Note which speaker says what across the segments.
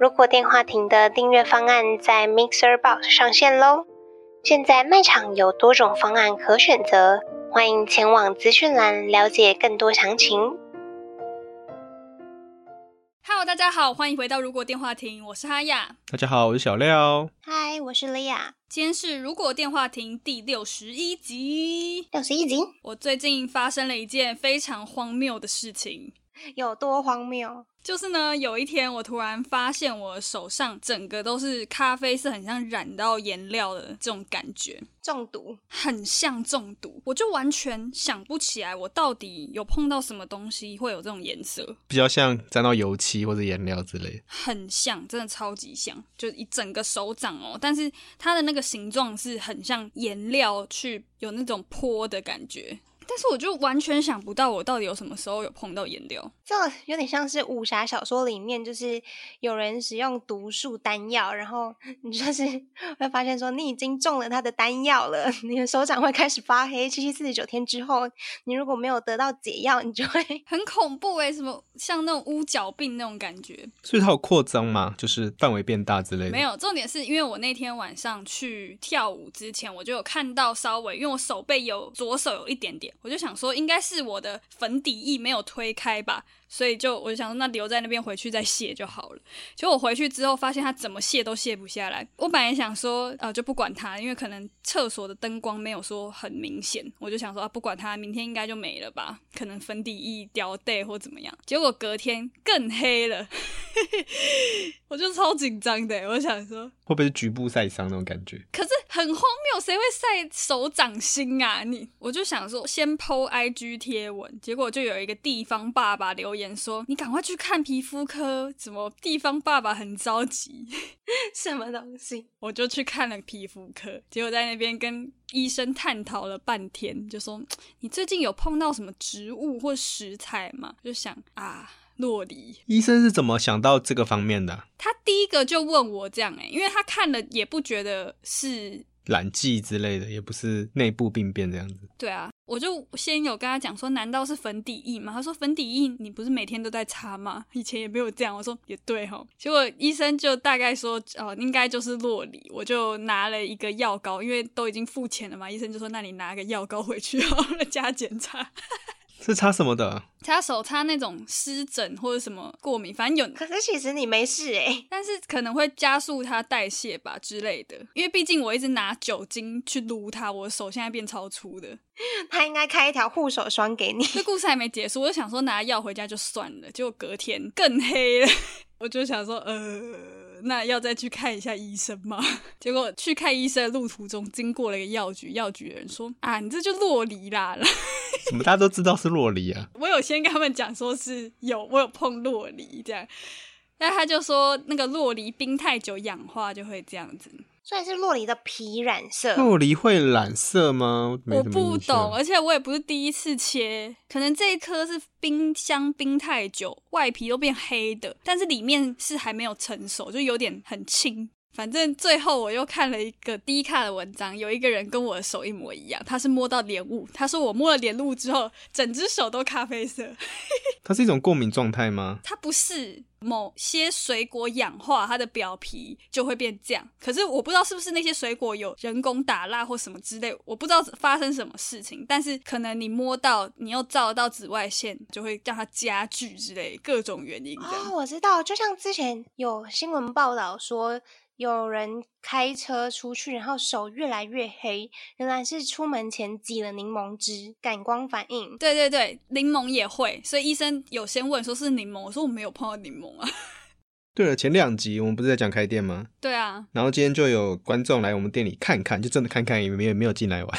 Speaker 1: 如果电话亭的订阅方案在 Mixer Box 上线喽。现在卖场有多种方案可选择，欢迎前往资讯栏了解更多详情。
Speaker 2: Hello，大家好，欢迎回到《如果电话亭》，我是哈雅。
Speaker 3: 大家好，我是小廖。
Speaker 1: 嗨，我是莉亚，
Speaker 2: 今天是《如果电话亭》第六十一集。
Speaker 1: 六十一集，
Speaker 2: 我最近发生了一件非常荒谬的事情，
Speaker 1: 有多荒谬？
Speaker 2: 就是呢，有一天我突然发现我手上整个都是咖啡色，很像染到颜料的这种感觉，
Speaker 1: 中毒，
Speaker 2: 很像中毒。我就完全想不起来我到底有碰到什么东西会有这种颜色，
Speaker 3: 比较像沾到油漆或者颜料之类的，
Speaker 2: 很像，真的超级像，就一整个手掌哦。但是它的那个形状是很像颜料去有那种泼的感觉，但是我就完全想不到我到底有什么时候有碰到颜料。
Speaker 1: 这有点像是武侠小说里面，就是有人使用毒术丹药，然后你就是 会发现说你已经中了他的丹药了，你的手掌会开始发黑。七七四十九天之后，你如果没有得到解药，你就会
Speaker 2: 很恐怖诶、什么像那种乌角病那种感觉，
Speaker 3: 所以它有扩张嘛，就是范围变大之类的。
Speaker 2: 没，有，重点是因为我那天晚上去跳舞之前，我就有看到稍微，因为我手背有左手有一点点，我就想说应该是我的粉底液没有推开吧，所以就我就想说那留在那边回去再卸就好了。结果我回去之后发现它怎么卸都卸不下来，我本来想说呃就不管它，因为可能厕所的灯光没有说很明显，我就想说啊不管它，明天应该就没了吧， 可能粉底液掉带或怎么样。结果隔天更黑了， 我就超紧张的，我想说
Speaker 3: 会不会是局部晒伤那种感觉？
Speaker 2: 可是很荒谬，谁会晒手掌心啊？你我就想说，先 PO IG 贴文，结果就有一个地方爸爸留言说：“你赶快去看皮肤科，怎么地方爸爸很着急。
Speaker 1: 什么东西？”
Speaker 2: 我就去看了皮肤科，结果在那边跟医生探讨了半天，就说：“你最近有碰到什么植物或食材吗？”就想啊，洛梨。
Speaker 3: 医生是怎么想到这个方面的啊、
Speaker 2: 他第一个就问我这样哎、欸因为他看了也不觉得是
Speaker 3: 染剂之类的，也不是内部病变这样子。
Speaker 2: 对啊，我就先有跟他讲说，难道是粉底液吗？他说粉底液你不是每天都在擦吗？以前也没有这样。我说也对哈。结果医生就大概说，哦，应该就是洛梨。我就拿了一个药膏，因为都已经付钱了嘛，医生就说，那你拿个药膏回去好 了，加检查。
Speaker 3: 是擦什么的？啊
Speaker 2: 擦手擦那种湿疹或者什么过敏，反正有
Speaker 1: 可是其实你没事欸诶、
Speaker 2: 但是可能会加速它代谢吧之类的，因为毕竟我一直拿酒精去撸它，我手现在变超粗的。
Speaker 1: 他应该开一条护手霜给你。
Speaker 2: 这故事还没结束，我就想说拿药回家就算了，结果隔天更黑了， 我就想说呃，那要再去看一下医生吗？ 结果去看医生的路途中，经过了一个药局，药局的人说啊，你这就洛梨啦。
Speaker 3: 怎么大家都知道是洛梨啊？
Speaker 2: 我有先跟他们讲说是有我有碰洛梨这样，但他就说那个洛梨冰太久氧化就会这样子，
Speaker 1: 所以是洛梨的皮染色，
Speaker 3: 洛梨会染色吗？没
Speaker 2: 我
Speaker 3: 什么
Speaker 2: 不
Speaker 3: 印象
Speaker 2: 懂，而且我也不是第一次切，可能这一颗是冰箱冰太久，外皮都变黑的，但是里面是还没有成熟，就有点很青。反正最后我又看了一个低卡的文章，有一个人跟我的手一模一样，他是摸到莲雾，他说我摸了莲雾之后，整只手都咖啡色。
Speaker 3: 它是一种过敏状态吗？
Speaker 2: 它不是某些水果氧化，它的表皮就会变这样。可是我不知道是不是那些水果有人工打蜡或什么之类，我不知道发生什么事情。但是可能你摸到，你又照到紫外线，就会让它加剧之类各种原因这
Speaker 1: 哦
Speaker 2: 样。，
Speaker 1: 我知道，就像之前有新闻报道说，有人开车出去，然后手越来越黑，原来是出门前挤了柠檬汁，感光反应。
Speaker 2: 对对对，柠檬也会，所以医生有先问说是柠檬， 我说我没有碰到柠檬啊。
Speaker 3: 对了，前两集我们不是在讲开店吗？
Speaker 2: 对啊，
Speaker 3: 然后今天就有观众来我 们店里看看，就真的看看有没有没有进来玩，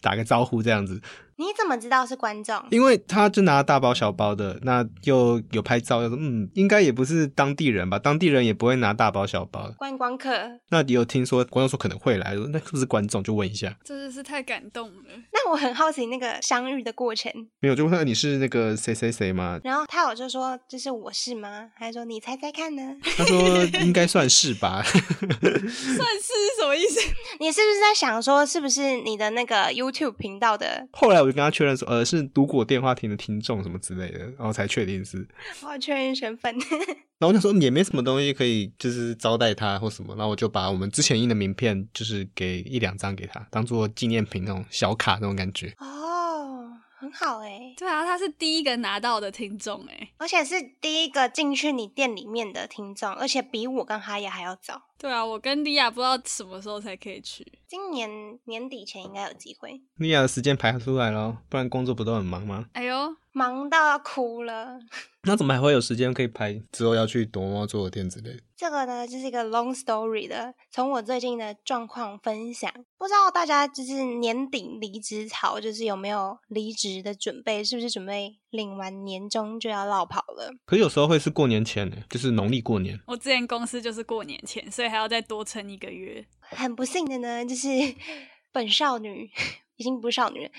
Speaker 3: 打个招呼这样子。
Speaker 1: 你怎么知道是观众？
Speaker 3: 因为他就拿大包小包的，那又有拍照，又说嗯，应该也不是当地人吧，当地人也不会拿大包小包。
Speaker 1: 观光客。
Speaker 3: 那也有听说观众说可能会来，那是不是观众就问一下？
Speaker 2: 真的是太感动了。
Speaker 1: 那我很好奇那个相遇的过程。
Speaker 3: 没有，就问他你是那个谁谁谁 吗？
Speaker 1: 然后他有就说：“这是我是吗？”还说：“你猜猜看呢？
Speaker 3: 他说应该算是吧。
Speaker 2: 算是什么意思？
Speaker 1: 你是不是在想说，是不是你的那个 YouTube 频道的？
Speaker 3: 后来我就跟他确认说，呃，是读果电话亭的听众什么之类的，然后才确定是。
Speaker 1: 我要确认身份。
Speaker 3: 然后那时候也没什么东西可以就是招待他或什么，然后我就把我们之前印的名片就是给一两张给他，当做纪念品那种小卡那种感觉。
Speaker 1: 哦，很好哎、
Speaker 2: 对啊，他是第一个拿到的听众哎、
Speaker 1: 而且是第一个进去你店里面的听众，而且比我跟哈雅还要早。
Speaker 2: 对啊，我跟莉亚不知道什么时候才可以去。
Speaker 1: 今年年底前应该有机会。
Speaker 3: 莉亚的时间排出来咯，不然工作不都很忙吗？
Speaker 2: 哎呦，
Speaker 1: 忙到要哭了。
Speaker 3: 那怎么还会有时间可以排之后要去躲猫做的店之类的？
Speaker 1: 这个呢，就是一个 long story 的，从我最近的状况分享。不知道大家就是年底离职潮，就是有没有离职的准备？是不是准备领完年终就要落跑了？
Speaker 3: 可是有时候会是过年前呢，就是农历过年。
Speaker 2: 我之前公司就是过年前，所以还要再多撑一个月。
Speaker 1: 很不幸的呢，就是 本少女 已经不是少女了，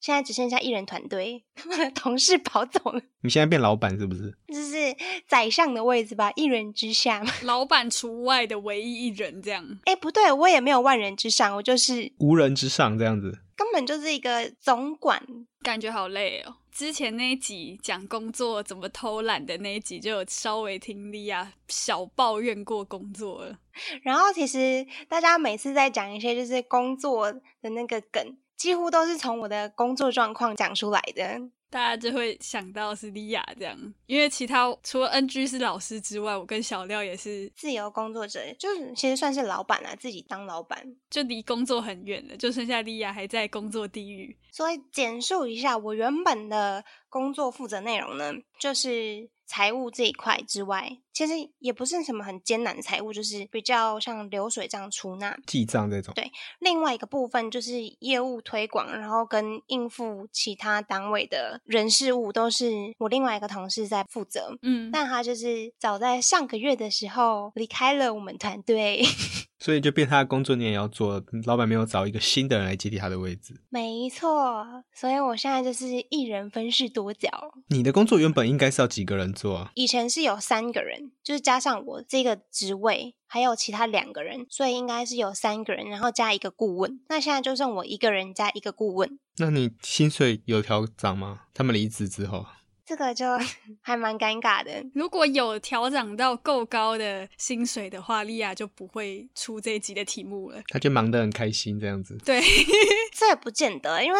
Speaker 1: 现在只剩下一人团队， 我的同事跑走了，
Speaker 3: 你现在变老板是不是？
Speaker 1: 就是宰相的位置吧，一人之下嘛。
Speaker 2: 老板除外的唯一一人这样。
Speaker 1: 哎，不对，我也没有万人之上，我就是
Speaker 3: 无人之上这样子。
Speaker 1: 根本就是一个总管
Speaker 2: 感觉好累哦。之前那一集讲工作怎么偷懒的那一集，就有稍微听莉亚小抱怨过工作了。
Speaker 1: 然后其实大家每次在讲一些就是工作的那个梗，几乎都是从我的工作状况讲出来的。
Speaker 2: 大家就会想到是莉亚这样，因为其他除了 NG 是老师之外，我跟小廖也是
Speaker 1: 自由工作者就是其实算是老板啊，自己当老板。
Speaker 2: 就离工作很远了，就剩下莉亚还在工作地狱。
Speaker 1: 所以简述一下我原本的工作负责内容呢，就是财务这一块之外，其实也不是什么很艰难的财务，就是比较像流水账出纳。
Speaker 3: 记账这种，
Speaker 1: 对另外一个部分就是业务推广，然后跟应付其他单位的人事物都是我另外一个同事在负责。
Speaker 2: 嗯，
Speaker 1: 但他就是早在上个月的时候离开了我们团队，
Speaker 3: 所以就变他的工作你也要做，老板没有找一个新的人来接替他的位置。
Speaker 1: 没错，所以我现在就是一人分饰多角。
Speaker 3: 你的工作原本应该是要几个人做啊？
Speaker 1: 以前是有三个人，就是加上我这个职位，还有其他两个人，所以应该是有三个人，然后加一个顾问。那现在就剩我一个人加一个顾问，
Speaker 3: 那你薪水有调涨吗？他们离职之后，
Speaker 1: 这个就 还蛮尴尬的。
Speaker 2: 如果有调整到够高的薪水的话，莉亚就不会出这一集的题目了。
Speaker 3: 他就忙得很开心这样子。
Speaker 2: 对，
Speaker 1: 这也不见得，欸因为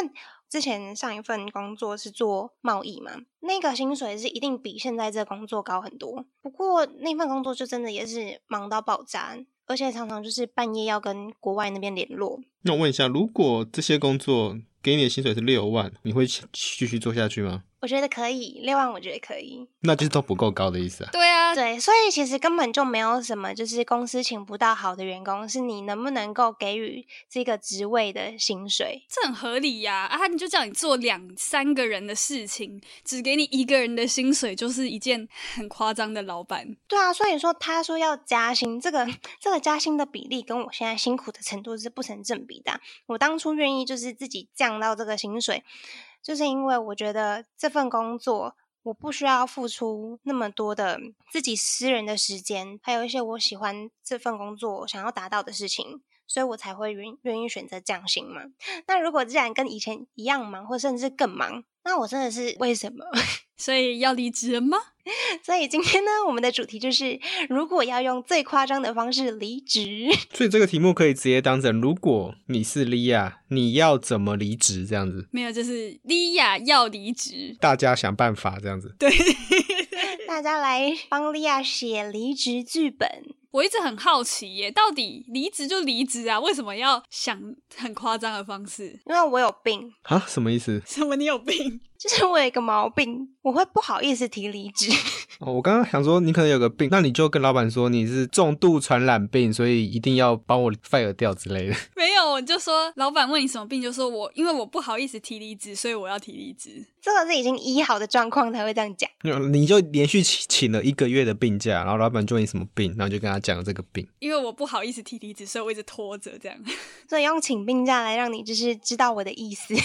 Speaker 1: 之前上一份工作是做贸易嘛，那个薪水是一定比现在这个工作高很多。不过那份工作就真的也是忙到爆炸，而且常常就是半夜要跟国外那边联络。
Speaker 3: 那我问一下，如果这些工作给你的薪水是六万，你会继继续做下去吗？
Speaker 1: 我觉得可以，六万我觉得可以。
Speaker 3: 那就是都不够高的意思啊。
Speaker 2: 对啊，
Speaker 1: 对，所以其实根本就没有什么，就是公司请不到好的员工，是你能不能够给予这个职位的薪水。
Speaker 2: 这很合理呀、啊！你就叫你做两三个人的事情，只给你一个人的薪水，就是一件很夸张的老板。
Speaker 1: 对啊，所以说他说要加薪，这个这个加薪的比例跟我现在辛苦的程度是不成正比的啊。我当初愿意就是自己降到这个薪水，就是因为我觉得这份工作。我不需要付出那么多的自己私人的时间，还有一些我喜欢这份工作想要达到的事情，所以我才会愿愿意选择降薪嘛。那如果既然跟以前一样忙，或甚至更忙，那我真的是为什么？
Speaker 2: 所以要离职了吗？
Speaker 1: 所以今天呢，我们的主题就是，如果要用最夸张的方式离职，
Speaker 3: 所以这个题目可以直接当成，如果你是莉亚，你要怎么离职这样子？
Speaker 2: 没有，就是莉亚要离职。
Speaker 3: 大家想办法这样子。
Speaker 2: 对，
Speaker 1: 大家来帮莉亚写离职剧本。
Speaker 2: 我一直很好奇耶，到底离职就离职啊，为什么要想很夸张的方式？
Speaker 1: 因为我有病，
Speaker 3: 啊，什么意思？
Speaker 2: 什么？你有病？
Speaker 1: 就就是我有一个毛病，我会不好意思提离职。
Speaker 3: 哦，我刚刚想说你可能有个病，那你就跟老板说你是重度传染病，所以一定要帮我 fire 掉之类的。
Speaker 2: 没有，我就说老板问你什么病，就说我因为我不好意思提离职，所以我要提离职。
Speaker 1: 这个是已经医好的状况才会这样讲。
Speaker 3: 你就连续请请了一个月的病假，然后老板就问你什么病，然后就跟他讲了这个病。
Speaker 2: 因为我不好意思提离职，所以我一直拖着这样。
Speaker 1: 所以用请病假来让你就是知道我的意思。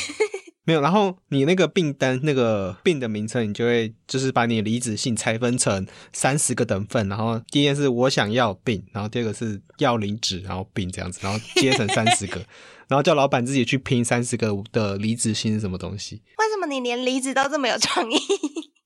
Speaker 3: 没有，然后你那个病单那个病的名称，你就会就是把你的离职信拆分成三十个等份，然后第一件是我想要病，然后第二个是要离职，然后病这样子，然后接成三十个， 然后叫老板自己去拼三十个的离职信是什么东西。
Speaker 1: 为什么你连离职都这么有创意？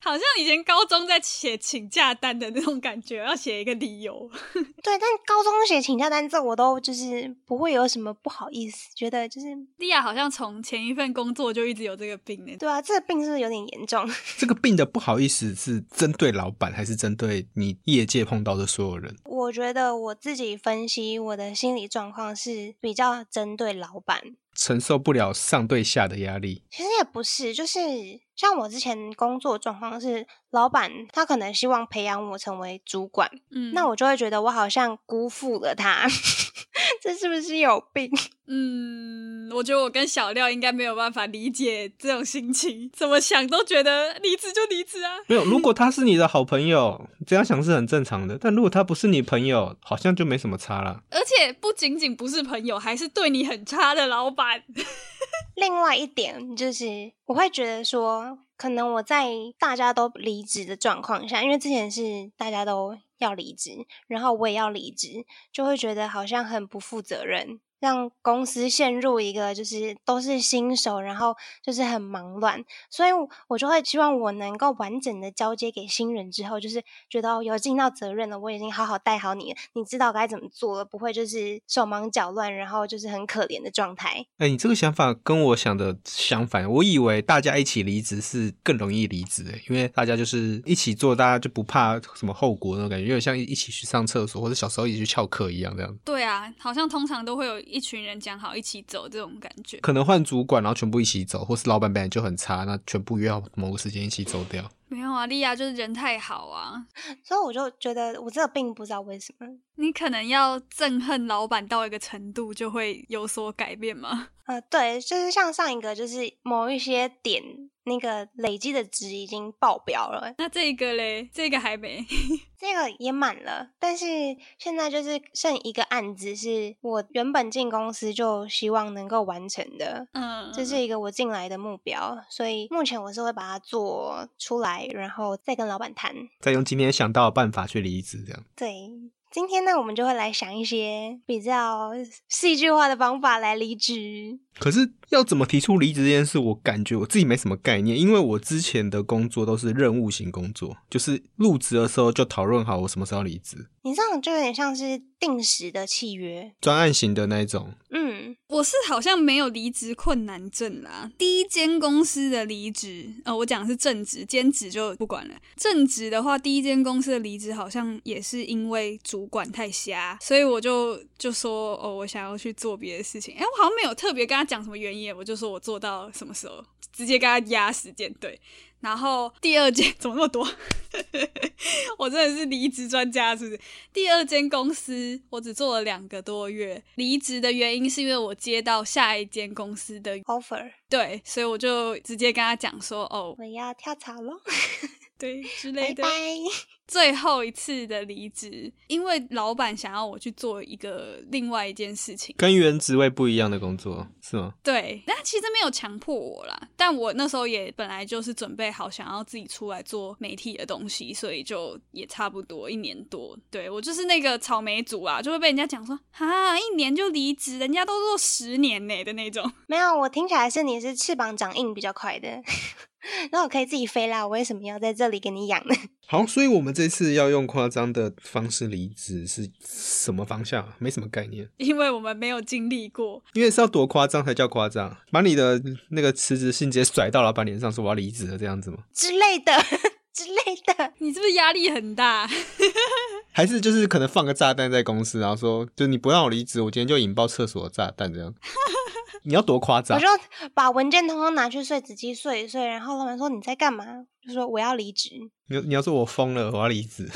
Speaker 2: 好像以前高中在写请假单的那种感觉，要写一个理由。
Speaker 1: 对，但高中写请假单这我都就是不会有什么不好意思，觉得就是
Speaker 2: 莉亚好像从前一份工作就一直有这个病呢。
Speaker 1: 对啊，这个病是不是有点严重？
Speaker 3: 这个病的不好意思是针对老板，还是针对你业界碰到的所有人？
Speaker 1: 我觉得我自己分析我的心理状况是比较针对老板，
Speaker 3: 承受不了上对下的压力。
Speaker 1: 其实也不是，就是像我之前工作状况是，老板他可能希望培养我成为主管，
Speaker 2: 嗯，
Speaker 1: 那我就会觉得我好像辜负了他， 这是不是有病？
Speaker 2: 嗯，我觉得我跟小廖应该没有办法理解这种心情，怎么想都觉得离职就离职啊。
Speaker 3: 没有，如果他是你的好朋友，这样想是很正常的。但如果他不是你朋友，好像就没什么差啦。
Speaker 2: 而且不仅仅不是朋友，还是对你很差的老板。
Speaker 1: 另外一点就是，我会觉得说，可能我在大家都离职的状况下，因为之前是大家都要离职，然后我也要离职，就会觉得好像很不负责任，让公司陷入一个就是都是新手，然后就是很忙乱，所以我我就会希望我能够完整的交接给新人之后，就是觉得哦有尽到责任了，我已经好好带好你了，你知道该怎么做了，不会就是手忙脚乱，然后就是很可怜的状态。
Speaker 3: 哎，你这个想法跟我想的相反。我以为大家一起离职是更容易离职的，因为大家就是一起做，大家就不怕什么后果那种感觉，有点像一起去上厕所或者小时候一起去翘课一样这样。
Speaker 2: 对啊，好像通常都会有一群人讲好一起走这种感觉。
Speaker 3: 可能换主管，然后全部一起走，或是老板本来就很差，那全部约好某个时间一起走掉。
Speaker 2: 没有啊，莉亚就是人太好啊。
Speaker 1: 所以我就觉得我这个病不知道为什么，
Speaker 2: 你可能要憎恨老板到一个程度，就会有所改变吗？
Speaker 1: 呃，对，就是像上一个，就是某一些点那个累积的值已经爆表了，
Speaker 2: 那这个嘞，这个还没。
Speaker 1: 这个也满了，但是现在就是剩一个案子是我原本进公司就希望能够完成的。
Speaker 2: 嗯，
Speaker 1: 这是一个我进来的目标，所以目前我是会把它做出来，然后再跟老板谈。
Speaker 3: 再用今天想到的办法去离职，这样。
Speaker 1: 对，今天呢，我们就会来想一些比较戏剧化的方法来离职。
Speaker 3: 可是要怎么提出离职这件事，我感觉我自己没什么概念，因为我之前的工作都是任务型工作，就是入职的时候就讨论好我什么时候离职，
Speaker 1: 你这种就有点像是定时的契约，
Speaker 3: 专案型的那一种。
Speaker 1: 嗯，
Speaker 2: 我是好像没有离职困难症啦。第一间公司的离职，呃，我讲的是正职，兼职就不管了。正职的话，第一间公司的离职好像也是因为主管太瞎，所以我就就说，哦，我想要去做别的事情。哎，我好像没有特别跟他讲什么原因，我就说我做到什么时候，直接跟他压时间对。然后第二间 怎么那么多？我真的是离职专家，是不是？第二间公司，我只做了两个多月。离职的原因是因为我接到下一间公司的
Speaker 1: offer，
Speaker 2: 对，所以我就直接跟他讲说，哦，
Speaker 1: 我要跳槽喽，
Speaker 2: 对之类
Speaker 1: 拜
Speaker 2: 的。
Speaker 1: 拜。
Speaker 2: 最后一次的离职，因为老板想要我去做一个另外一件事情，
Speaker 3: 跟原职位不一样的工作是吗？
Speaker 2: 对，但其实没有强迫我啦。但我那时候也本来就是准备好想要自己出来做媒体的东西，所以就也差不多一年多。对我就是那个草莓族啊，就会被人家讲说啊，一年就离职，人家都做十年呢、的那种。
Speaker 1: 没有，我听起来是你是翅膀长硬比较快的， 那我可以自己飞啦，我为什么要在这里给你养呢？
Speaker 3: 好，所以我们这次要用夸张的方式离职是什么方向？没什么概念，
Speaker 2: 因为我们没有经历过，
Speaker 3: 因为是要多夸张才叫夸张，把你的那个辞职信直接甩到老板脸上，说我要离职了这样子吗？
Speaker 1: 之类的 之类的，
Speaker 2: 你是不是压力很大？
Speaker 3: 还是就是 可能放个炸弹在公司，然后说就你不让我离职，我今天就引爆厕所的炸弹这样？你要多夸张
Speaker 1: 我就？把文件通通拿去碎纸机碎一碎，然后老板说你在干嘛？就说我要离职。
Speaker 3: 你你要说我疯了，我要离 职。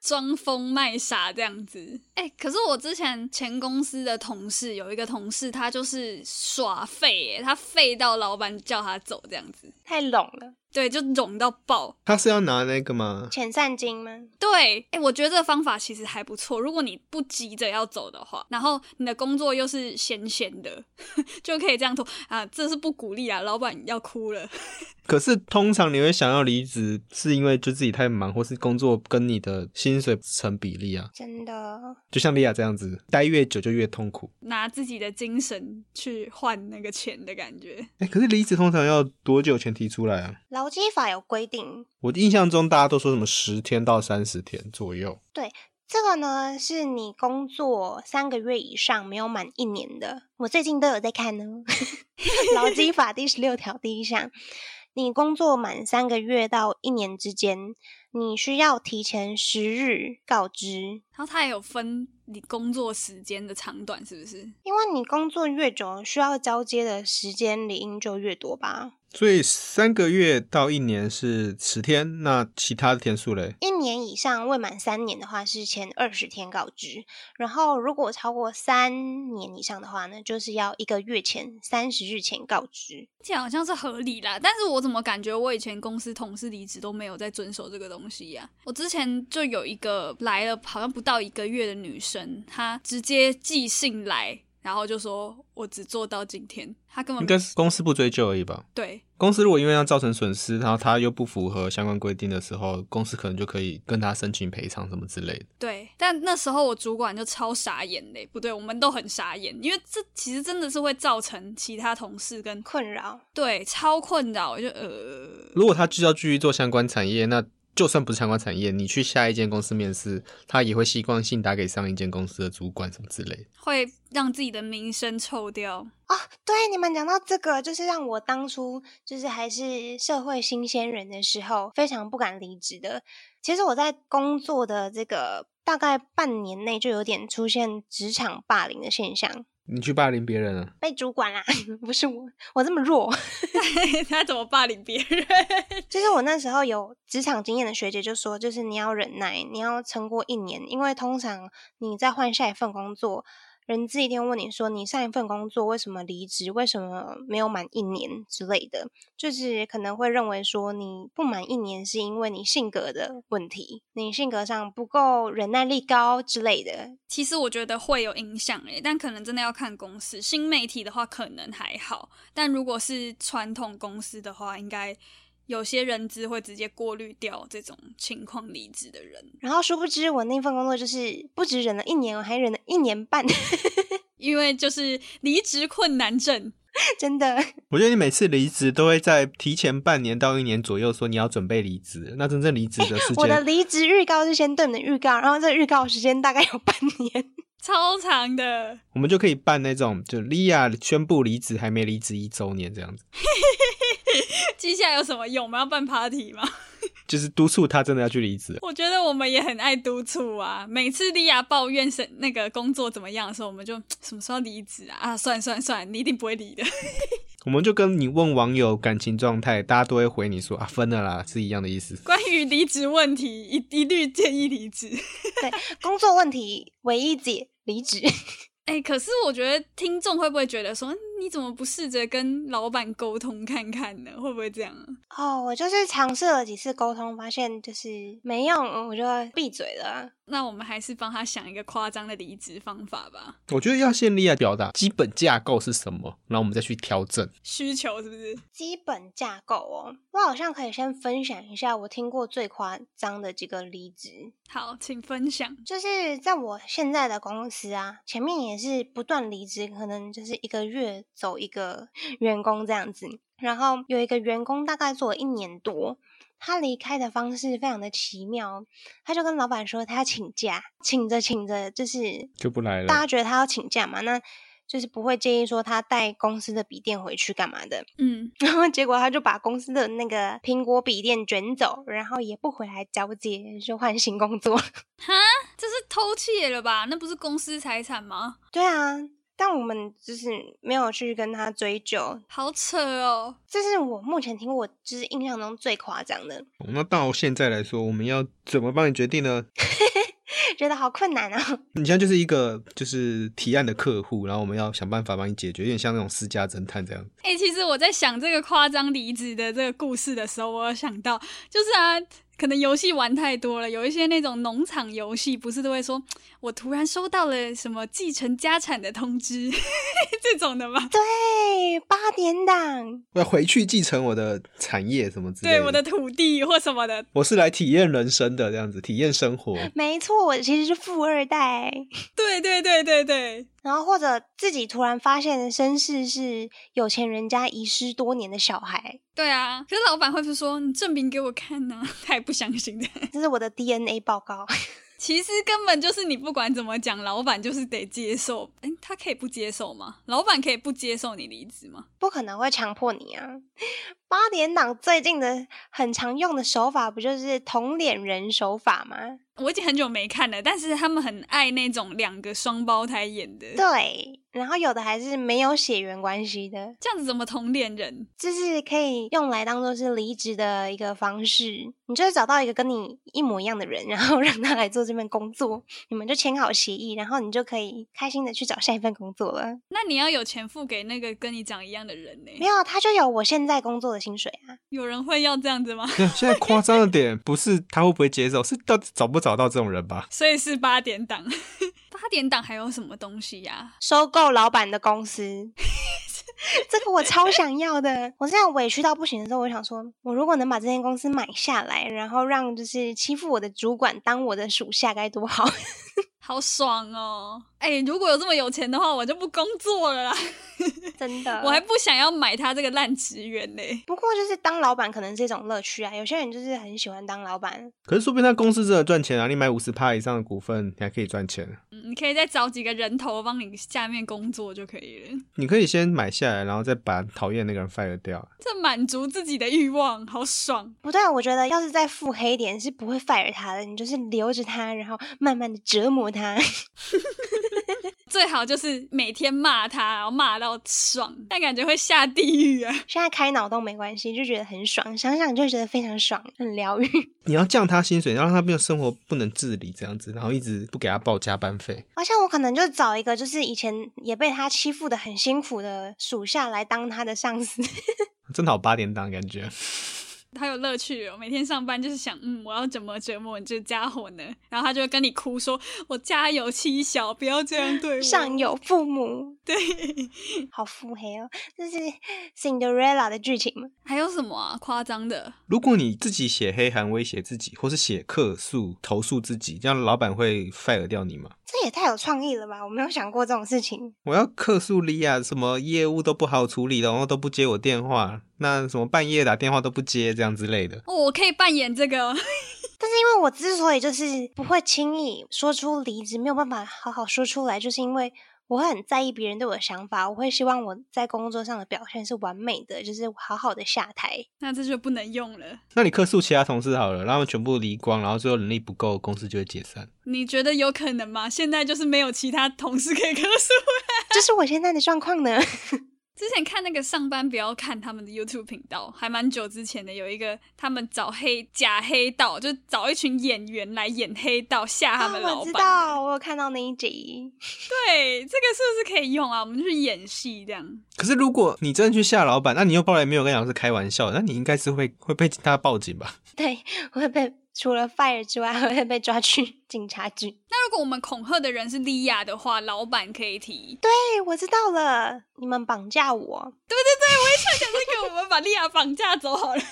Speaker 2: 装疯卖傻这样子。哎、可是我之前前公司的同事有一个同事，他就是耍废、哎，他废到老板叫他走这样子，
Speaker 1: 太拢了，
Speaker 2: 对，就肿到爆。
Speaker 3: 他是要拿那个吗？
Speaker 1: 遣散金吗？
Speaker 2: 对，哎、我觉得这个方法其实还不错。如果你不急着要走的话，然后你的工作又是闲闲的， 就可以这样拖啊。这是不鼓励啊，老板要哭了。
Speaker 3: 可是通常你会想要离职，是因为就自己太忙，或是工作跟你的薪水不成比例啊。
Speaker 1: 真的，
Speaker 3: 就像莉亚这样子，待越久就越痛苦。
Speaker 2: 拿自己的精神去换那个钱的感觉，
Speaker 3: 哎、可是离职通常要多久前提出来啊？
Speaker 1: 劳基法有规定，
Speaker 3: 我印象中大家都说什么十天到三十天左右。
Speaker 1: 这个呢是你工作三个月以上没有满一年的。我最近都有在看呢，《 劳基法》第十六条第一项，你工作满三个月到一年之间，你需要提前十日告知
Speaker 2: 然后他也有分你工作时间的长短，是不是？
Speaker 1: 因为你工作越久，需要交接的时间理应就越多吧。
Speaker 3: 所以三个月到一年是十天，那其他的天数嘞？
Speaker 1: 一年以上未满三年的话，是前二十天告知；然后如果超过三年以上的话呢，就是要一个月前三十日前告知。
Speaker 2: 这样好像是合理啦，但是我怎么感觉我以前公司同事离职都没有在遵守这个东西呀、我之前就有一个来了好像不到一个月的女生，她直接寄信来，然后就说我只做到今天，她根
Speaker 3: 应
Speaker 2: 本
Speaker 3: 该是公司不追究而已吧。
Speaker 2: 对
Speaker 3: 公司如果因为要造成损失，然后他又不符合相关规定的时候，公司可能就可以跟他申请赔偿什么之类的。
Speaker 2: 对，但那时候我主管就超傻眼嘞，不对，我们都很傻眼，因为这其实真的是会造成其他同事跟
Speaker 1: 困扰，
Speaker 2: 对超困扰，就呃，
Speaker 3: 如果他就要继续做相关产业，那就算不是相关产业，你去下一间公司面试，他也会习惯性打给上一间公司的主管什么之类的。
Speaker 2: 会让自己的名声臭掉。
Speaker 1: 哦，对，你们讲到这个，就是让我当初就是还是社会新鲜人的时候，非常不敢离职的。其实我在工作的这个大概半年内，就有点出现职场霸凌的现象，
Speaker 3: 你去霸凌别人啊？
Speaker 1: 被主管啦， 不是我，我这么弱。
Speaker 2: 他怎么霸凌别人？
Speaker 1: 就是我那时候有职场经验的学姐就说，就是你要忍耐，你要撑过一年，因为通常你再换下一份工作，人资一定会问你说你上一份工作为什么离职，为什么没有满一年之类的，就是可能会认为说你不满一年是因为你性格的问题，你性格上不够忍耐力高之类的。
Speaker 2: 其实我觉得会有影响诶，但可能真的要看公司。新媒体的话可能还好，但如果是传统公司的话，应该有些人资会直接过滤掉这种情况离职的人，
Speaker 1: 然后殊不知我那份工作就是不止忍了一年，我还忍了一年半，
Speaker 2: 因为就是离职困难症。
Speaker 1: 真的。
Speaker 3: 我觉得你每次离职都会在提前半年到一年左右说你要准备离职，那真正离职的时
Speaker 1: 我的
Speaker 3: 间，
Speaker 1: 离职预告是先对你的预告，然后这个预告时间大概有半年。
Speaker 2: 超长的，
Speaker 3: 我们就可以办那种就莉亚宣布离职还没离职一周年这样子，
Speaker 2: 记下来有什么用？我们要办 party 吗？
Speaker 3: 就是督促他真的要去离职。
Speaker 2: 我觉得我们也很爱督促啊。每次莉亚抱怨是那个工作怎么样的时候，我们就什么时候离职啊？啊，算算算，你一定不会离的。
Speaker 3: 我们就跟你问网友感情状态，大家都会回你说啊分了啦，是一样的意思。
Speaker 2: 关于离职问题，一一律建议离职。
Speaker 1: 工作问题唯一解离职，
Speaker 2: 哎、可是我觉得听众会不会觉得说，嗯你怎么不试着跟老板沟通看看呢？会不会这样啊？
Speaker 1: 哦，我就是尝试了几次沟通，发现就是没用，我就闭嘴了。
Speaker 2: 那我们还是帮他想一个夸张的离职方法吧。
Speaker 3: 我觉得要先莉亚表达基本架构是什么，然后我们再去调整。
Speaker 2: 需求是不是？
Speaker 1: 基本架构哦，我好像可以先分享一下我听过最夸张的几个离职，
Speaker 2: 好，请分享。
Speaker 1: 就是在我现在的公司啊，前面也是不断离职，可能就是一个月走一个 员工这样子。然后有一个员工大概做了一年多，他离开的方式非常的奇妙，他就跟老板说他要请假，请着请着就是
Speaker 3: 就不来了
Speaker 1: 大家觉得他要请假嘛，那就是不会介意说他带公司的笔电回去干嘛的。
Speaker 2: 嗯，
Speaker 1: 然后结果他就把公司的那个苹果笔电卷走，然后也不回来交接，就换新工作。
Speaker 2: 这是偷窃了吧？那不是公司财产吗？
Speaker 1: 对啊，但我们就是没有去跟他追究，
Speaker 2: 好扯哦。
Speaker 1: 这是我目前听过我就是印象中最夸张的，
Speaker 3: 那到现在来说，我们要怎么帮你决定呢？
Speaker 1: 觉得好困难啊！
Speaker 3: 你现在就是一个就是提案的客户，然后我们要想办法帮你解决，有点像那种私家侦探这样。
Speaker 2: 哎、其实我在想这个夸张离职的这个故事的时候，我有想到，就是啊，可能游戏玩太多了，有一些那种农场游戏，不是都会说，我突然收到了什么继承家产的通知 这种的吗？
Speaker 1: 对，八点档，
Speaker 3: 我要回去继承我的产业什么之类
Speaker 2: 对，我的土地或什么的，
Speaker 3: 我是来体验人生的，这样子体验 生活。
Speaker 1: 没错，我其实是富二代。
Speaker 2: 对对对对对，
Speaker 1: 然后或者自己突然发现身世是有钱人家遗失多年的小孩，
Speaker 2: 对啊。可是老板会不会说你证明给我看呢、 他也不相信的。
Speaker 1: 这是我的 DNA 报告。
Speaker 2: 其实根本就是你不管怎么讲，老板就是得接受。哎，他可以不接受吗？老板可以不接受你离职吗？
Speaker 1: 不可能会强迫你啊！八点档最近的很常用的手法不就是同脸人手法吗？
Speaker 2: 我已经很久没看了，但是他们很爱那种两个双胞胎演的，
Speaker 1: 对，然后有的还是没有血缘关系的，
Speaker 2: 这样子怎么同恋人？
Speaker 1: 就是可以用来当做是离职的一个方式。你就是找到一个跟你一模一样的人，然后让他来做这份工作，你们就签好协议，然后你就可以开心的去找下一份工作了。
Speaker 2: 那你要有钱付给那个跟你长一样的人呢、
Speaker 1: 没有，他就有我现在工作的薪水啊。
Speaker 2: 有人会要这样子吗？
Speaker 3: 那现在夸张的点不是他会不会接受，是到底找不找到这种人吧？
Speaker 2: 所以是八点档，八点档还有什么东西呀、
Speaker 1: 收购老板的公司。 这个我超想要的，我这样委屈到不行的时候，我想说，我如果能把这间公司买下来，然后让就是欺负我的主管当我的属下，该多好！
Speaker 2: 好爽哦！哎、如果有这么有钱的话，我就不工作了啦，
Speaker 1: 真的，
Speaker 2: 我还不想要买他这个烂职员呢、
Speaker 1: 不过就是当老板可能是一种乐趣啊，有些人就是很喜欢当老板，
Speaker 3: 可是说不定他公司真的赚钱啊，你买五十趴以上的股份，你还可以赚钱。
Speaker 2: 嗯你可以再找几个人头帮你下面工作就可以了，
Speaker 3: 你可以先买下来，然后再把讨厌那个人 fire 掉。啊
Speaker 2: 这满足自己的欲望，好爽！
Speaker 1: 不对啊，我觉得要是再腹黑一点是不会 fire 他的，你就是留着他，然后慢慢的折磨他。
Speaker 2: 最好就是每天骂他，然后骂到爽，但感觉会下地狱啊！
Speaker 1: 现在开脑洞没关系，就觉得很爽，想想就觉得非常爽，很疗愈。
Speaker 3: 你要降他薪水，然后让他变生活不能自理这样子，然后一直不给他报加班费。
Speaker 1: 而且我可能就找一个，就是以前也被他欺负的很辛苦的属下来当他的上司。
Speaker 3: 真的好八点档感觉，
Speaker 2: 好有乐趣哦！每天上班就是想，嗯，我要怎么折磨你这家伙呢？然后他就会跟你哭说：“我家有妻小，不要这样 对我。”
Speaker 1: 上有父母，
Speaker 2: 对，
Speaker 1: 好腹黑哦，这是 Cinderella 的剧情吗？
Speaker 2: 还有什么啊？夸张的，
Speaker 3: 如果你自己写黑函威胁自己，或是写客诉投诉自己，这样老板会 fire 掉你吗？
Speaker 1: 这也太有创意了吧！我没有想过这种事情。
Speaker 3: 我要客诉利亚，什么业务都不好处理，然后都不接我电话，那什么半夜打电话都不接，这样之类的。
Speaker 2: 哦，我可以扮演这个，
Speaker 1: 但是因为我之所以就是不会轻易说出离职，没有办法好好说出来，就是因为我会很在意别人对我的想法，我会希望我在工作上的表现是完美的，就是好好的下台。
Speaker 2: 那这就不能用了。
Speaker 3: 那你客诉其他同事好了，让他们全部离光，然后最后能力不够，公司就会解散。
Speaker 2: 你觉得有可能吗？现在就是没有其他同事可以 告诉我。
Speaker 1: 这是我现在的状况呢。
Speaker 2: 之前看那个上班不要看他们的 YouTube 频道，还蛮久之前的，有一个他们找黑假黑道，就找一群演员来演黑道 吓他们
Speaker 1: 啊
Speaker 2: 老
Speaker 1: 我知
Speaker 2: 板。
Speaker 1: 道，我有看到那一集。
Speaker 2: 对，这个是不是可以用啊？我们去演戏这样。
Speaker 3: 可是如果你真的去吓老板，那你又报来没有跟老师开玩笑，那你应该是会会被他报警吧？
Speaker 1: 对，我会被除了 fire 之外，还会被抓去 警察局。
Speaker 2: 那如果我们恐吓的人是莉亚的话，老板可以提。对，
Speaker 1: 哎，我知道了，你们绑架我，
Speaker 2: 想想这个，我们把莉亚绑架走好了。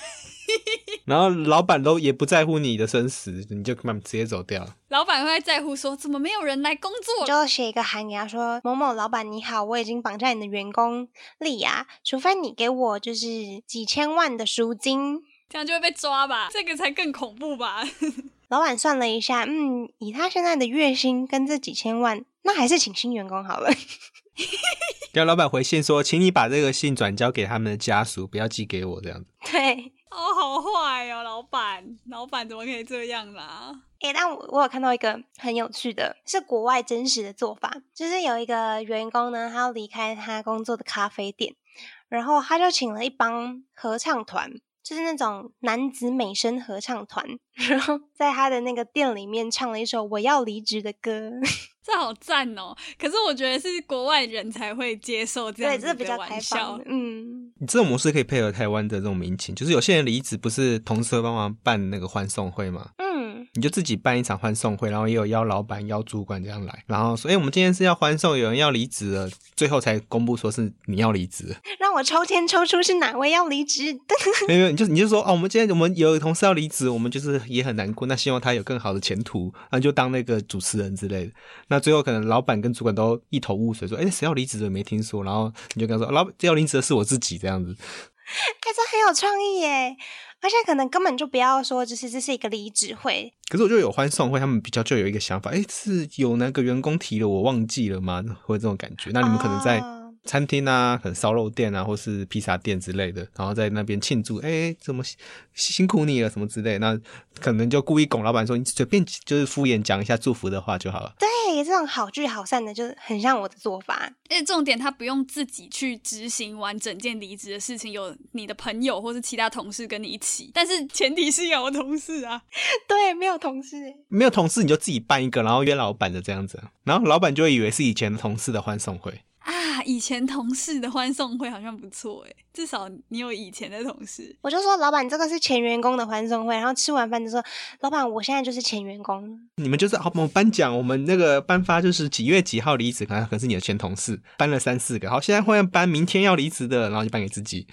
Speaker 3: 然后老板都也不在乎你的生死，你就慢慢直接走掉了。
Speaker 2: 老板会在乎说，怎么没有人来工
Speaker 1: 我
Speaker 2: 作？
Speaker 1: 就写一个函给他说：“某某老板你好，我已经绑架你的员工丽雅，除非你给我就是几千万的赎金。”
Speaker 2: 这样就会被抓吧？这个才更恐怖吧？
Speaker 1: 老板算了一下，嗯，以他现在的月薪跟这几千万，那还是请新员工好了。
Speaker 3: 然后老板回信说，请你把这个信转交给他们的家属，不要寄给我这样子。
Speaker 1: 对，
Speaker 2: 哦，好坏哦，老板，老板怎么可以这样啦？
Speaker 1: 诶、但我我有看到一个很有趣的，是国外真实的做法，就是有一个员工呢，他要离开他工作的咖啡店，然后他就请了一帮合唱团，就是那种男子美声合唱团，然后在他的那个店里面唱了一首《我要离职》的歌，
Speaker 2: 这好赞哦！可是我觉得是国外人才会接受这
Speaker 1: 对，
Speaker 2: 样
Speaker 1: 这
Speaker 2: 子
Speaker 1: 比较
Speaker 2: 的
Speaker 1: 开
Speaker 2: 玩
Speaker 1: 放
Speaker 2: 笑
Speaker 1: 的，，嗯，
Speaker 3: 你这种模式可以配合台湾的这种民情，就是有些人离职不是同事会帮忙办那个欢送会吗？
Speaker 1: 嗯，
Speaker 3: 你就自己办一场欢送会，然后也有邀老板、邀主管这样来，然后说，哎、我们今天是要欢送，有人要离职了，最后才公布说是你要离职了，
Speaker 1: 让我抽签抽出是哪位要离职的，
Speaker 3: 没有没有，你就你就说，哦，我们今天我们有同事要离职，我们就是也很难过，那希望他有更好的前途，那就当那个主持人之类的。那最后可能老板跟主管都一头雾水，说，哎、谁要离职的没听说，然后你就跟他说，老板要离职的是我自己这样子，
Speaker 1: 哎、这很有创意耶，而且可能根本就不要说，就是这是一个离职会，
Speaker 3: 可是我就有欢送会，他们比较就有一个想法，哎，是有哪个员工提了，我忘记了吗？会有这种感觉。那你们可能在
Speaker 1: 哦
Speaker 3: 餐厅啊，可能烧肉店啊，或是披萨店之类的，然后在那边庆祝，哎，怎么辛辛苦你了什么之类的，那可能就故意拱老板说，你随便就是敷衍讲一下祝福的话就好了。
Speaker 1: 对，这种好聚好散的，就是很像我的做法。
Speaker 2: 而且重点他不用自己去执行完整件离职的事情，有你的朋友或是其他同事跟你一起，但是前提是要有同事啊。
Speaker 1: 对，没有同事耶，
Speaker 3: 没有同事你就自己办一个，然后约老板的这样子，然后老板就会以为是以前同事的欢送会。
Speaker 2: 啊，以前同事的欢送会好像不错诶，至少你有以前的同事。
Speaker 1: 我就说老板这个是前员工的欢送会，然后吃完饭就说老板我现在就是前员工，
Speaker 3: 你们就是好，我们颁奖，我们那个颁发就是几月几号离职，可能可能是你的前同事颁了三四个，好，现在换颁明天要离职的，然后就颁给自己。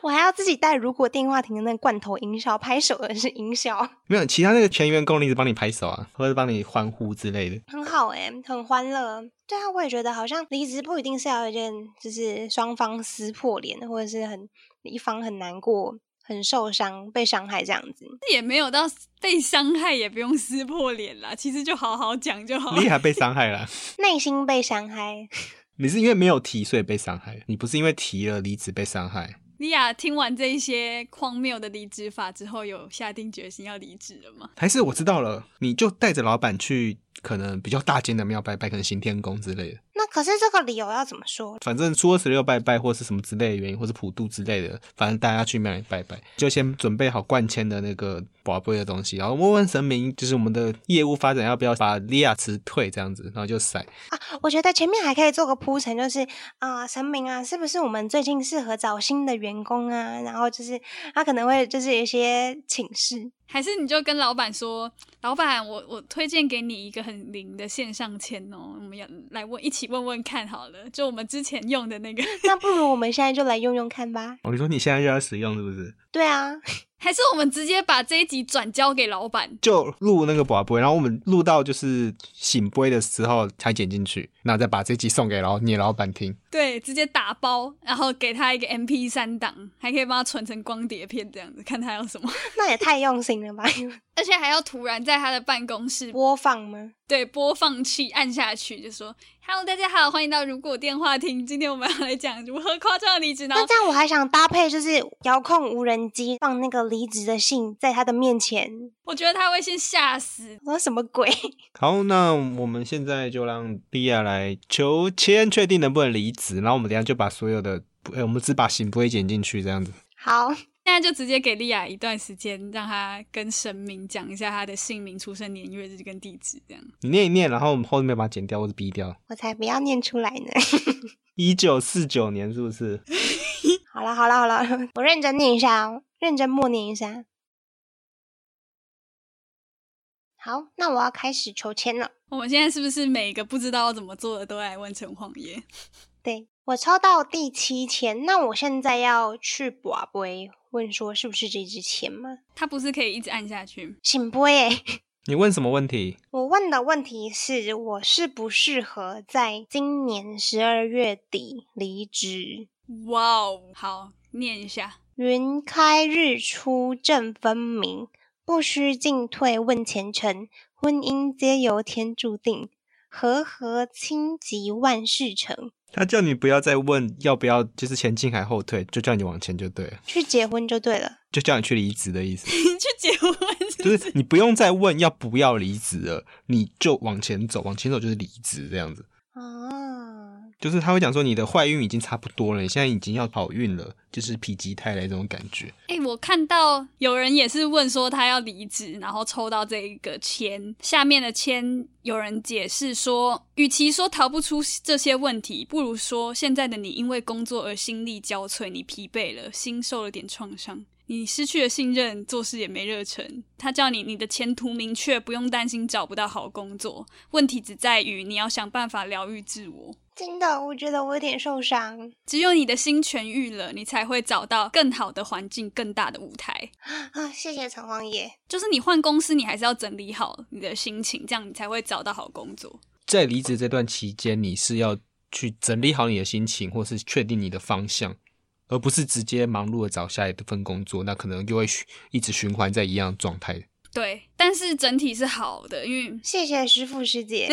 Speaker 1: 我还要自己带如果电话亭的那个罐头音效，拍手的是音效，
Speaker 3: 没有，其他那个前员工离职帮你拍手啊， 或者帮你欢呼之类的。
Speaker 1: 很好哎，很欢乐。对啊，我也觉得好像离职不一定是要有一件就是双方撕破脸，或者是很一方很难过、很受伤、被伤害这样子。
Speaker 2: 也没有到被伤害，也不用撕破脸啦，其实就好好讲就好。
Speaker 3: 你还被伤害了，
Speaker 1: 内心被伤害，
Speaker 3: 你是因为没有提所以被伤害，你不是因为提了离职被伤害。
Speaker 2: 莉亚听完这一些荒谬的离职法之后，有下定决心要离职了吗？
Speaker 3: 还是我知道了，你就带着老板去可能比较大间的庙拜拜，可能行天宫之类的，
Speaker 1: 那可是这个理由要怎么说？
Speaker 3: 反正初二十六拜拜或是什么之类的原因，或是普渡之类的，反正大家去庙里拜拜，就先准备好灌签的那个宝贝的东西，然后问问神明，就是我们的业务发展要不要把利亚辞退这样子，然后就塞。
Speaker 1: 我觉得前面还可以做个铺陈，就是啊、神明啊，是不是我们最近适合找新的员工啊？然后就是他可能会就是有一些请示，
Speaker 2: 还是你就跟老板说，老板，我我推荐给你一个很灵的线上签哦，我们要来问一起问问看好了，就我们之前用的那个，
Speaker 1: 那不如我们现在就来用用看吧。
Speaker 3: 哦，你说你现在就要使用是不是？
Speaker 1: 对啊，
Speaker 2: 还是我们直接把这一集转交给老 板，
Speaker 3: 就录那个宝贝，然后我们录到就是醒杯的时候才剪进去，然后再把这集送给老你老板听。
Speaker 2: 对，直接打包，然后给他一个 M P 三档，还可以帮他存成光碟片这样子，看他要什么，
Speaker 1: 那也太用心了吧？
Speaker 2: 而且还要突然在他的办公室
Speaker 1: 播放吗？
Speaker 2: 对播放器按下去，就说：“Hello，大家好，欢迎到如果电话亭。今天我们要来讲如何夸张的离职。”然后
Speaker 1: 那这样我还想搭配，就是遥控无人机放那个离职的信在他的面前，
Speaker 2: 我觉得他会先吓死。
Speaker 1: 我说什么鬼？
Speaker 3: 好，那我们现在就让莉亚来求签，确定能不能离职，然后我们等一下就把所有的，呃、我们只把醒杯剪进去这样子。
Speaker 1: 好，
Speaker 2: 现在就直接给莉亚一段时间，让她跟神明讲一下她的姓名、出生年月日跟地址，这样。
Speaker 3: 你念一念，然后我们后面把它剪掉或者逼掉。
Speaker 1: 我才不要念出来呢。
Speaker 3: 一九四九年是不是？
Speaker 1: 好了好了好了， 我认真念一下哦，认真默念一下。好，那我要开始求签了。
Speaker 2: 我们现在是不是每一个不知道要怎么做的都来问陈晃爷？
Speaker 1: 对我抽到第七签，那我现在要去卜龟问说是不是这支签吗？
Speaker 2: 他不是可以一直按下去吗？
Speaker 1: 醒波耶，
Speaker 3: 你问什么问题？
Speaker 1: 我问的问题是我适不适合在今年十二月底离职？
Speaker 2: 哇哦，好，念一下。
Speaker 1: 云开日出正分明，不须进退问前程。婚姻皆由天注定，和和清吉万事成。
Speaker 3: 他叫你不要再问要不要，就是前进还后退，就叫你往前就对了，
Speaker 1: 去结婚就对了。
Speaker 3: 就叫你去离职的 意思，
Speaker 2: 你去结婚是不
Speaker 3: 就是是你不用再问要不要离职了，你就往前走，往前走就是离职这样子。
Speaker 1: 啊，
Speaker 3: 就是他会讲说你的坏运已经差不多了，你现在已经要好运了，就是否极泰来这种感觉。
Speaker 2: 哎、我看到有人也是问说他要离职，然后抽到这一个签，下面的签有人解释说，与其说逃不出这些问题，不如说现在的你因为工作而心力交瘁，你疲惫了，心受了点创伤。你失去了信任，做事也没热忱。他叫你，你的前途明确，不用担心找不到好工作。问题只在于你要想办法疗愈自我。
Speaker 1: 真的，我觉得我有点受伤
Speaker 2: 只有你的心痊愈了，你才会找到更好的环境、更大的舞台。
Speaker 1: 啊！谢谢城隍爷。
Speaker 2: 就是你换公司，你还是要整理好你的心情，这样你才会找到好工作。
Speaker 3: 在离职这段期间，你是要去整理好你的心情，或是确定你的方向，而不是直接忙碌的找下一份工作，那可能就会循一直循环在一样的状态。
Speaker 2: 对，但是整体是好的，因为
Speaker 1: 谢谢师傅师 姐。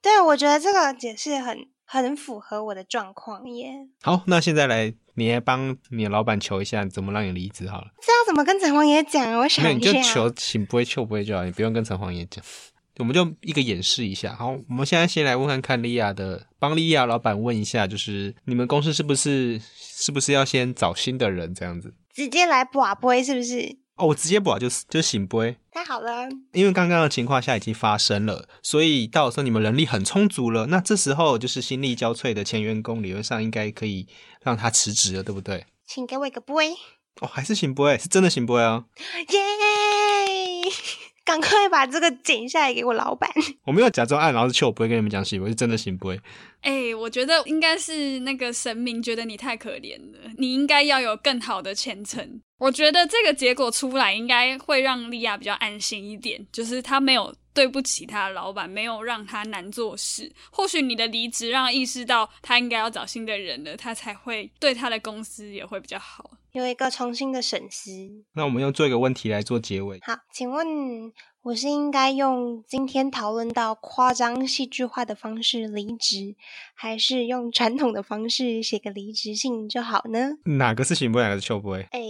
Speaker 1: 对，我觉得这个解释很很符合我的状况耶。
Speaker 3: 好，那现在来，你来帮你的老板求一下怎么让你离职好了。
Speaker 1: 这要怎么跟陈王爷讲啊？我想
Speaker 3: 没有，
Speaker 1: 一下，
Speaker 3: 你就求请不会求不会就好，你不用跟城隍爷讲。我们就一个演示一下。好，我们现在先来问看看莉亚的，帮莉亚老板问一下，就是你们公司是不是是不是要先找新的人这样子？
Speaker 1: 直接来卜杯是不是？
Speaker 3: 哦，我直接不啊，就是就醒不会。
Speaker 1: 太好了，
Speaker 3: 因为刚刚的情况下已经发生了，所以到时候你们人力很充足了，那这时候就是心力交瘁的前员工，理论上应该可以让他辞职了，对不对？
Speaker 1: 请给我一个杯，
Speaker 3: 哦，还是行不会，是真的行不会啊！
Speaker 1: 耶！ 赶快把这个剪下来给我老板。
Speaker 3: 我没有假装按，然后是我不会跟你们讲行不会，是真的行不会。
Speaker 2: 哎、我觉得应该是那个神明觉得你太可怜了，你应该要有更好的前程。我觉得这个结果出来，应该会让莉亚比较安心一点，就是她没有对不起她的老板，没有让她难做事。或许你的离职让她意识到她应该要找新的人了，她才会对她的公司也会比较好。
Speaker 1: 有一个重新的审视。
Speaker 3: 那我们用做一个问题来做结尾。
Speaker 1: 好，请问我是应该用今天讨论到夸张戏剧化的方式离职，还是用传统的方式写个离职信就好呢？
Speaker 3: 哪个是行不会，哪个是秀不会？
Speaker 1: 诶，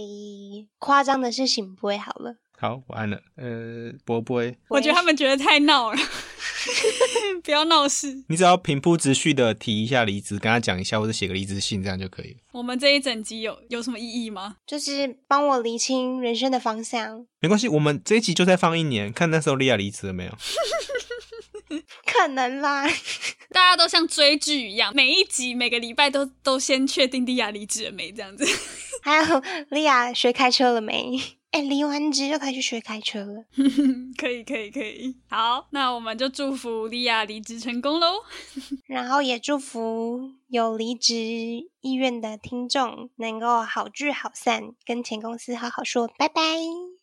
Speaker 1: 夸张的是醒不会好了。
Speaker 3: 好，我按了。呃，波波，
Speaker 2: 我觉得他们觉得太闹了， 不要闹事。
Speaker 3: 你只要平铺直叙的提一下离职，跟他讲一下，或者写个离职信，这样就可以了。
Speaker 2: 我们这一整集有有什么意义吗？
Speaker 1: 就是帮我厘清人生的方向，
Speaker 3: 没关系，我们这一集就再放一年，看那时候莉亚离职了没有。
Speaker 1: 不可能啦！
Speaker 2: 大家都像追剧一样，每一集每个礼拜都都先确定莉亚离职了没这样子。
Speaker 1: 还有莉亚学开车了没？哎、离完职就可以去学开车了。
Speaker 2: 可以可以可以，好，那我们就祝福莉亚离职成功喽。
Speaker 1: 然后也祝福有离职意愿的听众能够好聚好散，跟前公司好好说拜拜。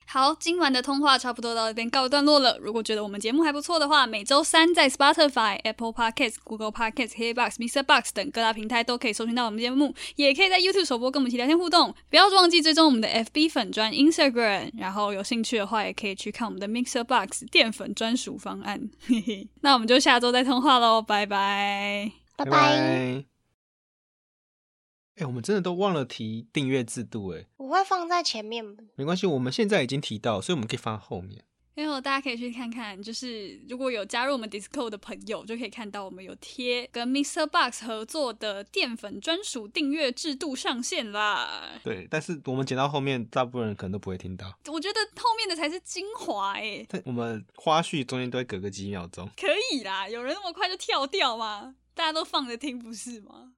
Speaker 2: 好，今晚的通话差不多到这边告一段落了。如果觉得我们节目还不错的话，每周三在 Spotify、Apple Podcasts、Google Podcasts、KBox、Mr. Box 等各大平台都可以搜寻到我们节目，也可以在 YouTube 首播跟我们一起聊天互动。不要忘记追踪我们的 FB 粉专 Instagram，然后有兴趣的话也可以去看我们的 Mixer Box 淀粉专属方案。嘿嘿，那我们就下周再通话喽，拜拜。
Speaker 1: 拜拜。
Speaker 3: 拜。哎、我们真的都忘了提订阅制度哎，
Speaker 1: 我会放在前面，
Speaker 3: 没关系，我们现在已经提到，所以我们可以放在后面。
Speaker 2: 因为大家可以去看看，就是如果有加入我们 Discord 的朋友，就可以看到我们有贴跟 Mr. Box 合作的淀粉专属订阅制度上线啦。
Speaker 3: 对，但是我们剪到后面，大部分人可能都不会听到，
Speaker 2: 我觉得后面的才是精华欸诶、
Speaker 3: 但我们花絮中间都会隔个几秒钟。
Speaker 2: 可以啦，有人那么快就跳掉吗？大家都放着听不是吗？